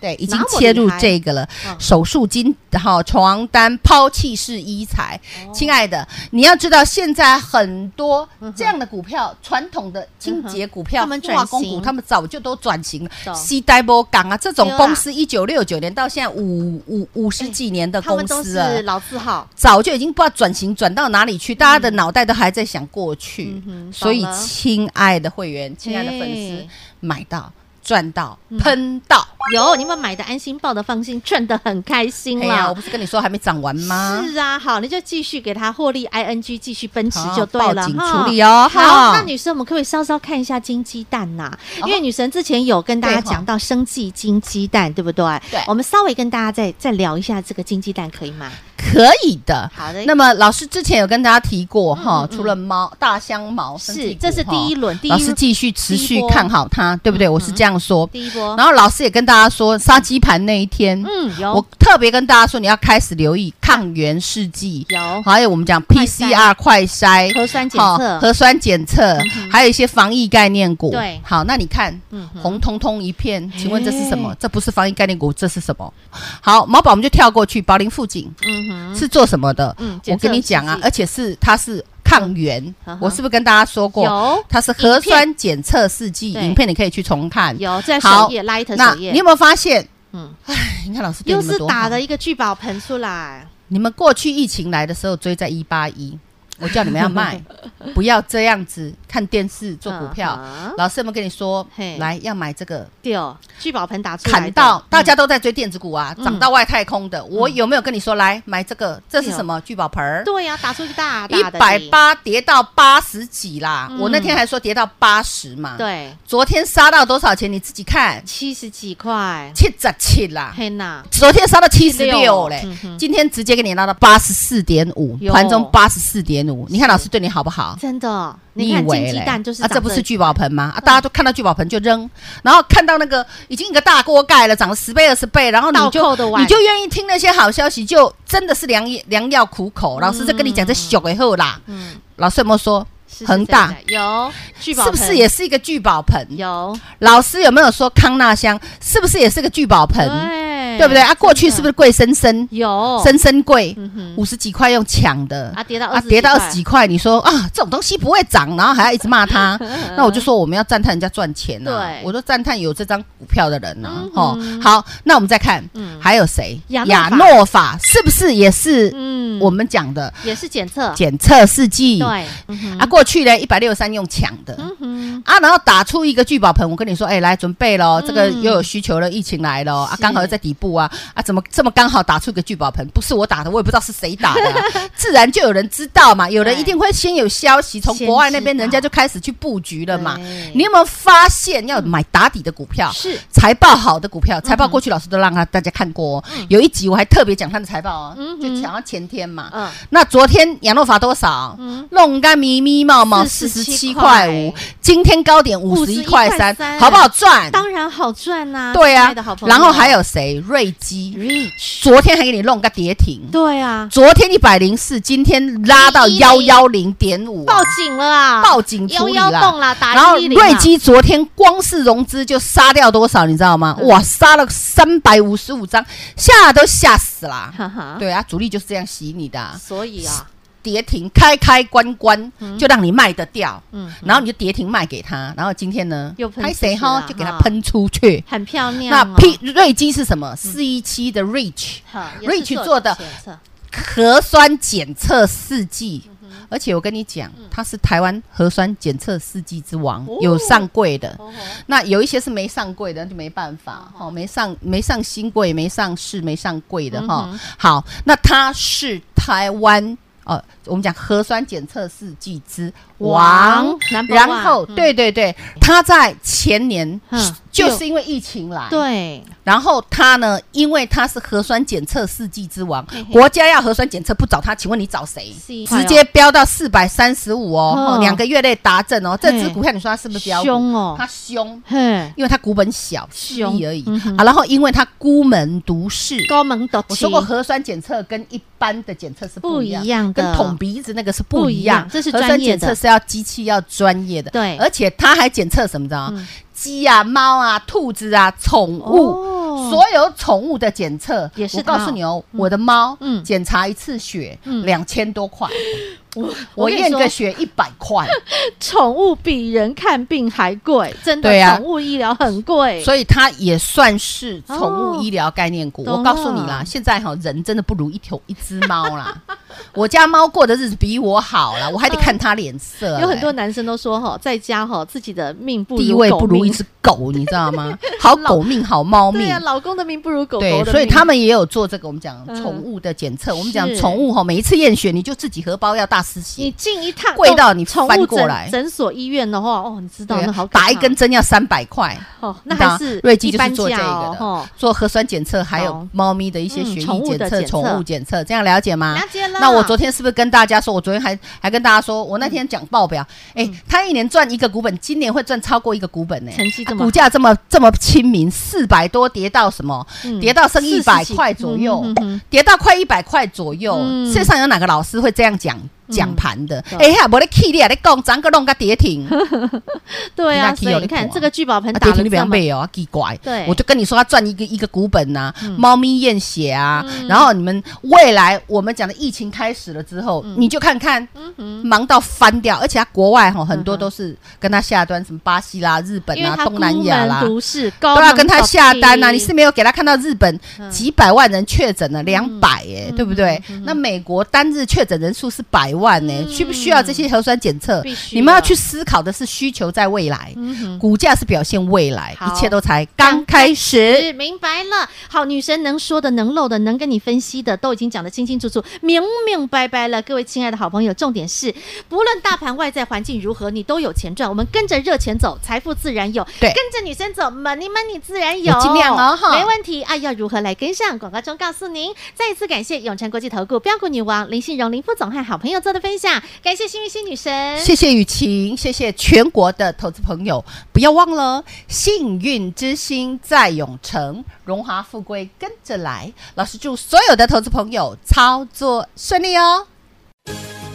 S3: 对，已经
S2: 哪么
S3: 切入
S2: 厉害
S3: 这个了
S2: 嗯。
S3: 手术巾、好床单、抛弃式医材，
S2: 哦
S3: 亲爱的，你要知道，现在很多
S2: 嗯
S3: 这样的股票，传统的清洁股票、
S2: 他们转
S3: 化工股，
S2: 型
S3: 他们早就都转型
S2: 懂嗯
S3: 了。西代波港啊，这种
S2: 对啦
S3: 公司一九六九年到现在五五五十几年的
S2: 哎他
S3: 公
S2: 们都
S3: 司啊了
S2: 是。老字号，
S3: 早就已经不知道转型转到哪里去，大家的脑袋都还在想过去。
S2: 嗯哼
S3: 所以
S2: 懂，了
S3: 亲爱的会员，亲爱的粉丝
S2: 嘿，嗯
S3: 买到赚到喷到！
S2: 有你们买的安心抱的放心，赚的很开心
S3: 哎呀，
S2: 啦
S3: 我。不是跟你说还没涨完吗？
S2: 是啊，好，你就继续给他获利，ing 继续奔驰
S3: 好
S2: 就对了
S3: 报警
S2: 哈
S3: 处理哦
S2: 好，
S3: 哈
S2: 那女生我们可不可以稍稍看一下金鸡蛋呐、
S3: 哦
S2: 因为女神之前有跟大家
S3: 对哈
S2: 讲到生计金鸡蛋，对不对？
S3: 对
S2: 我们稍微跟大家再再聊一下这个金鸡蛋，可以吗？
S3: 可以的。
S2: 好的
S3: 那么老师之前有跟大家提过哈
S2: 哎嗯，嗯
S3: 除了毛大香毛生
S2: 是，
S3: 技股
S2: 这是第一
S3: 哈，
S2: 轮，第一
S3: 老师继续持
S2: 第一
S3: 续
S2: 波嗯
S3: 看好它，对不对？我是这样说。
S2: 第一波，
S3: 然后老师也跟大家说，杀鸡盘那一天，
S2: 嗯，有
S3: 我特别跟大家说，你要开始留意抗原试剂，
S2: 有
S3: 还有我们讲
S2: 快筛
S3: PCR 快筛、
S2: 核酸检
S3: 好
S2: 测，
S3: 核酸检测，还有一些防疫概念股。
S2: 对
S3: 好，那你看
S2: 嗯哼
S3: 红彤彤一片，请问这是什么？这不是防疫概念股，这是什么？好，毛宝我们就跳过去，宝林附近
S2: 嗯哼，
S3: 是做什么的
S2: 嗯？检
S3: 我
S2: 测
S3: 跟你讲
S2: 试
S3: 啊
S2: 剂，
S3: 而且是它是抗原
S2: 嗯，
S3: 我是不是跟大家说过？
S2: 有
S3: 它是核酸检测试剂，
S2: 对
S3: 影片你可以去重看。
S2: 有在首
S3: 好
S2: 页拉一头
S3: 那
S2: 首
S3: 你
S2: 页，
S3: 有没有发现？
S2: 嗯
S3: 嗯，唉，你看老师对
S2: 又
S3: 你们
S2: 是
S3: 多
S2: 打
S3: 好。
S2: 的一个聚宝盆出来，
S3: 你们过去疫情来的时候追在一 八一，我叫你们要卖，不要这样子看电视做股票。
S2: 嗯
S3: 老师有没有跟你说
S2: 嘿，
S3: 来要买这个？
S2: 对哦，聚宝盆打出来的，嗯
S3: 砍到大家都在追电子股啊，涨到外太空的，我有没有跟你说来买这个？这是什么聚宝盆儿
S2: 嗯？对呀，打出一个大
S3: 一
S2: 大的
S3: 百
S2: 底，
S3: 八跌到八十几啦
S2: 嗯，
S3: 我那天还说跌到八十嘛。，
S2: 对，
S3: 昨天杀到多少钱？你自己看，
S2: 七十几块，
S3: 七啊十七啦。
S2: 天哪，
S3: 昨天杀到七十
S2: 76
S3: 六嘞
S2: 嗯哼，
S3: 今天直接给你拉到八十四点五
S2: 哟，
S3: 盘中八十四点五。你看老师对你好不好？
S2: 真的，
S3: 你以
S2: 看金
S3: 为
S2: 鸡
S3: 嘞
S2: 蛋就是
S3: 啊，这
S2: 长嗯
S3: 不
S2: 得
S3: 是聚宝盆吗？啊，大家都看到聚宝盆就扔，然后看到那个已经一个大锅盖了，涨了十倍二十倍，然后你
S2: 倒
S3: 就
S2: 扣的碗
S3: 你就愿意听那些好消息，就真的是良良药苦口。老师在跟你讲，这小以后啦，
S2: 嗯
S3: 老师有没有说
S2: 是
S3: 恒大
S2: 是是是有聚宝
S3: 是
S2: 盆，
S3: 不是也是一个聚宝盆？
S2: 有？
S3: 老师有没有说康纳香是不是也是个聚宝盆？
S2: 对
S3: 对不对啊？过去是不
S2: 是
S3: 是贵生生？
S2: 有？
S3: 深深贵
S2: 嗯哼，
S3: 五十几块用抢的
S2: 啊跌到20
S3: 跌到
S2: 几
S3: 二
S2: 块
S3: 十几块，你说啊这种东西不会涨，然后还要一直 骂他，那我就说我们要赞叹人家赚钱啊
S2: 对，
S3: 我都赞叹有这张股票的人啊
S2: 嗯，
S3: 哦
S2: 哼，
S3: 好，那我们再看
S2: 嗯
S3: 还有谁
S2: 亚？诺法
S3: 亚诺法是不是也是
S2: 嗯
S3: 我们讲的
S2: 也是检测，
S3: 检测试剂？
S2: 对，嗯哼
S3: 啊，过去呢一百六十三用抢的，
S2: 嗯哼，
S3: 啊，然后打出一个聚宝盆，我跟你说，哎、来准备喽，这个
S2: 嗯
S3: 又有需求了，疫情来了，啊，
S2: 是
S3: 刚好又在底部啊，啊，怎么这么刚好打出一个聚宝盆？不是我打的，我也不知道是谁打的啊、 自然就有人知道嘛，有人
S2: 对
S3: 一定会先有消息，从
S2: 先
S3: 国外那边
S2: 知道
S3: 人家就开始去布局了嘛
S2: 对。嗯
S3: 你有没有发现要买打底的股票？
S2: 是
S3: 财报好的股票，
S2: 嗯
S3: 财报过去老师都让他大家看过、哦，有一集我还特别讲他的财报哦，
S2: 嗯哼
S3: 就讲到前天嘛，
S2: 嗯
S3: 那昨天养乐法多少？弄干迷迷冒冒嗯四十
S2: 47
S3: 七块五，今天高点五十一块三
S2: 51.3，
S3: 好不好赚？
S2: 当然好赚呐，
S3: 嗯对
S2: 亲
S3: 啊
S2: 爱的好，朋友
S3: 然后还有谁？瑞基，
S2: reach，
S3: 昨天还给你弄个跌停，
S2: 对啊，
S3: 昨天一百零四，今天拉到幺幺零点五，
S2: 报警了啊，
S3: 报警处
S2: 幺
S3: 理
S2: 幺洞啦，打
S3: 然后
S2: 110啦
S3: 瑞基昨天光是融资就杀掉多少，你知道吗？哇，杀了三百五十五张，吓都吓死啦！
S2: 哈哈，
S3: 对啊，主力就是这样洗你的啊。
S2: 所以啊，
S3: 跌停开开关关，就让你卖得掉，
S2: 嗯
S3: 然后你就跌停卖给他，然后今天呢
S2: 又，喷
S3: 拍
S2: 出去
S3: 谁
S2: 了
S3: 哈，就给他
S2: 哈
S3: 喷出去。
S2: 很漂亮
S3: 那
S2: 哦。
S3: P 瑞基是什
S2: 嗯
S3: 么？四一七的 Reach
S2: 好也是
S3: Reach 做的
S2: 检测嗯
S3: 核酸检测试剂，而且我跟你讲，它是台湾核酸检测试剂之王，
S2: 哦
S3: 有上柜的。那有一些是没上柜的，那就没办法哦，没上没上新柜，没上市，没上
S2: 嗯
S3: 柜的哈、好，那它是台湾。哦，我们讲核酸检测试剂之王
S2: 王，，number
S3: 然
S2: one，
S3: 后
S2: 嗯
S3: 对对对，它在前年
S2: 嗯
S3: 就是因为疫情
S2: 哎
S3: 来，
S2: 对，
S3: 然后它呢，因为它是核酸检测试剂之王，国家要核酸检测不找它，请问你找谁？
S2: 是
S3: 直接飙到四百三十五
S2: 哦
S3: 哦，哦两个月内达阵哦。这只股票你说它是不是飙股？
S2: 凶哦
S3: 它凶，
S2: 嘿，
S3: 因为它股本小，势
S2: 凶嗯
S3: 力而已啊。然后因为它孤门独市，
S2: 高门的，
S3: 我说过核酸检测跟一般的检测是不一样
S2: 不一样的
S3: 跟捅鼻子那个是不一样
S2: 不一样。这是
S3: 核
S2: 专业的
S3: 酸检测是要机器要专业的，
S2: 对嗯
S3: 而且它还检测什么的？鸡啊、猫啊、兔子啊、宠物。
S2: 哦
S3: 所有宠物的检测
S2: 也是
S3: 我
S2: 它哦
S3: 告诉你哦，我的猫，
S2: 嗯
S3: 检查一次血
S2: 嗯
S3: 两千多块，
S2: 我
S3: 我
S2: 跟你
S3: 验
S2: 说
S3: 个血一百块，
S2: 宠物比人看病还贵，真的
S3: 对，啊
S2: 宠物医疗很贵，
S3: 所以它也算是宠
S2: 哦
S3: 物医疗概念股。
S2: 懂了
S3: 我告诉你啦，现在哈人真的不如一头一只猫啦。 我家猫过的日子比我好啦，我还得看它脸色、
S2: 有很多
S3: 欸
S2: 男生都说哈，在家哈自己的命不如
S3: 地位
S2: 狗
S3: 不如一
S2: 命
S3: 只狗，你知 道吗？好狗命，好猫
S2: 对
S3: 命。
S2: 啊，老公的命不如狗狗的
S3: 对，
S2: 命，啊
S3: 所以他们也有做这个我们讲
S2: 嗯
S3: 宠物的检测。我们
S2: 是
S3: 讲宠物哈，每一次验血你就自己荷包要大失
S2: 你
S3: 血，
S2: 进一趟
S3: 贵到你
S2: 宠
S3: 翻
S2: 物
S3: 过
S2: 诊
S3: 来
S2: 诊所医院的话，哦，你知道
S3: 对
S2: 那
S3: 啊
S2: 好可
S3: 打一
S2: 怕
S3: 根针要三百块。
S2: 哦，那
S3: 你知道
S2: 还是
S3: 瑞基
S2: 一
S3: 就是
S2: 般
S3: 做这
S2: 价
S3: 个
S2: 哦
S3: 的
S2: 吼
S3: 做核酸检测，还有
S2: 懂
S3: 猫咪的一些
S2: 嗯
S3: 血
S2: 宠
S3: 液
S2: 物的
S3: 检测、
S2: 检测
S3: 宠物检测，这样了解吗？
S2: 了解了
S3: 啊那我昨天是不是跟大家说，我昨天还还跟大家说，我那天讲报表，
S2: 嗯
S3: 哎，他一年赚一个股本，今年会赚超过一个股本呢，啊
S2: 成绩这么
S3: 股价这么这么亲民，四百多跌到什么？
S2: 嗯
S3: 跌到剩
S2: 40
S3: 一百
S2: 几
S3: 块左右
S2: 嗯嗯嗯嗯，
S3: 跌到快一百块左右
S2: 嗯。
S3: 世上有哪个老师会这样讲讲盘的？
S2: 懂
S3: 哎呀，我的 K 你啊，你讲涨个弄个跌停，
S2: 对啊，
S3: 那起
S2: 所以
S3: 有
S2: 你
S3: 的
S2: 看
S3: 苦啊
S2: 这个聚宝盆
S3: 啊
S2: 打
S3: 跌
S2: 了
S3: 停你不要
S2: 这么
S3: 背哦，啊奇怪。
S2: 对嗯
S3: 我就跟你说，他赚一个一个股本呐、猫咪验血啊，然后你们未来我们讲的疫情开始了之后，
S2: 嗯
S3: 你就看看，忙到翻掉，而且他国外哈很多都是跟他下单，什么巴西啦、日本
S2: 因为
S3: 啦、
S2: 他
S3: 东南亚啦
S2: 孤门。独市，高
S3: 都要跟
S2: 门
S3: 他
S2: 独
S3: 下单呐、
S2: 立
S3: 你是没有给他看到日本
S2: 嗯
S3: 几百万人确诊了，两百耶，对不对？那美国单日确诊人数是百万呢、需不需要这些核酸检测
S2: 嗯必？须啊
S3: 你们要
S2: 的
S3: 去思考的是需求在未来，
S2: 嗯
S3: 股价是表现未来，
S2: 好
S3: 一切都才刚开始。
S2: 是明白了。好，女神能说的、能漏的、能跟你分析的，都已经讲得清清楚楚、明明白白了。各位亲爱的好朋友，重点是，不论大盘外在环境如何，你都有钱赚。我们跟着热钱走，财富自然有；
S3: 对
S2: 跟着女生走，money money 自然有。
S3: 我尽量哦哈
S2: 没问题。啊，要如何来跟上？广告中告诉您。再一次感谢永诚国际投顾标股女王林信荣林副总和好朋友做的分享，感谢幸运星女神。
S3: 谢谢雨晴，谢谢全国的投资朋友，不要忘了，幸运之星在永城，荣华富贵跟着来。老师祝所有的投资朋友操作顺利哦。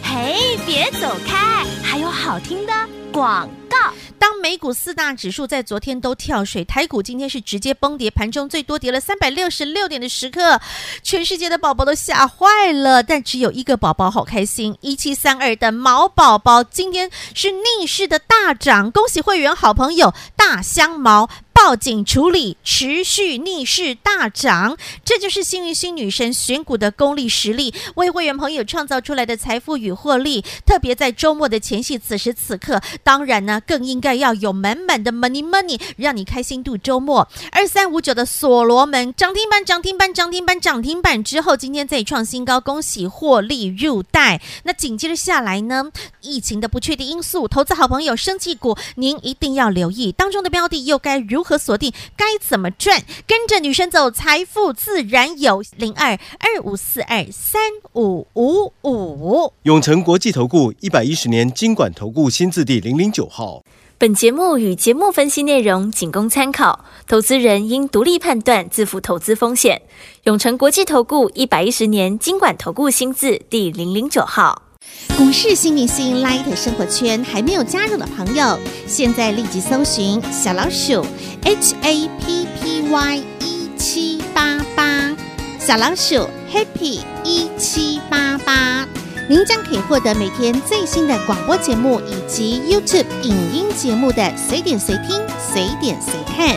S6: 嘿，别走开，还有好听的广告。
S7: 当美股四大指数在昨天都跳水，台股今天是直接崩跌，盘中最多跌了三百六十六点的时刻，全世界的宝宝都吓坏了，但只有一个宝宝好开心，一七三二的毛宝宝今天是逆势的大涨，恭喜会员好朋友大香毛。报警处理，持续逆势大涨，这就是幸运星女神选股的功力实力，为会员朋友创造出来的财富与获利。特别在周末的前夕，此时此刻，当然呢，更应该要有满满的 money money，让你开心度周末。二三五九的所罗门涨停板，涨停板，涨停板，涨停板之后，今天再创新高，恭喜获利入袋。那紧接着下来呢，疫情的不确定因素，投资好朋友生气股，您一定要留意当中的标的又该如何锁定，该怎么赚，跟着女生走，财富自然有。零二二五四二三五五五。
S1: 永诚国际投顾一百一十年金管投顾新字第零零九号，
S8: 本节目与节目分析内容仅供参考，投资人应独立判断，自负投资风险。永诚国际投顾一百一十年经管投顾新字第零零九号。
S4: 股市新明星 Light 生活圈还没有加入的朋友，现在立即搜寻小老鼠 HAPPY 一 E 七八八，小老鼠 Happy 一七八八，您将可以获得每天最新的广播节目以及 YouTube 影音节目的随点随听、随点随看。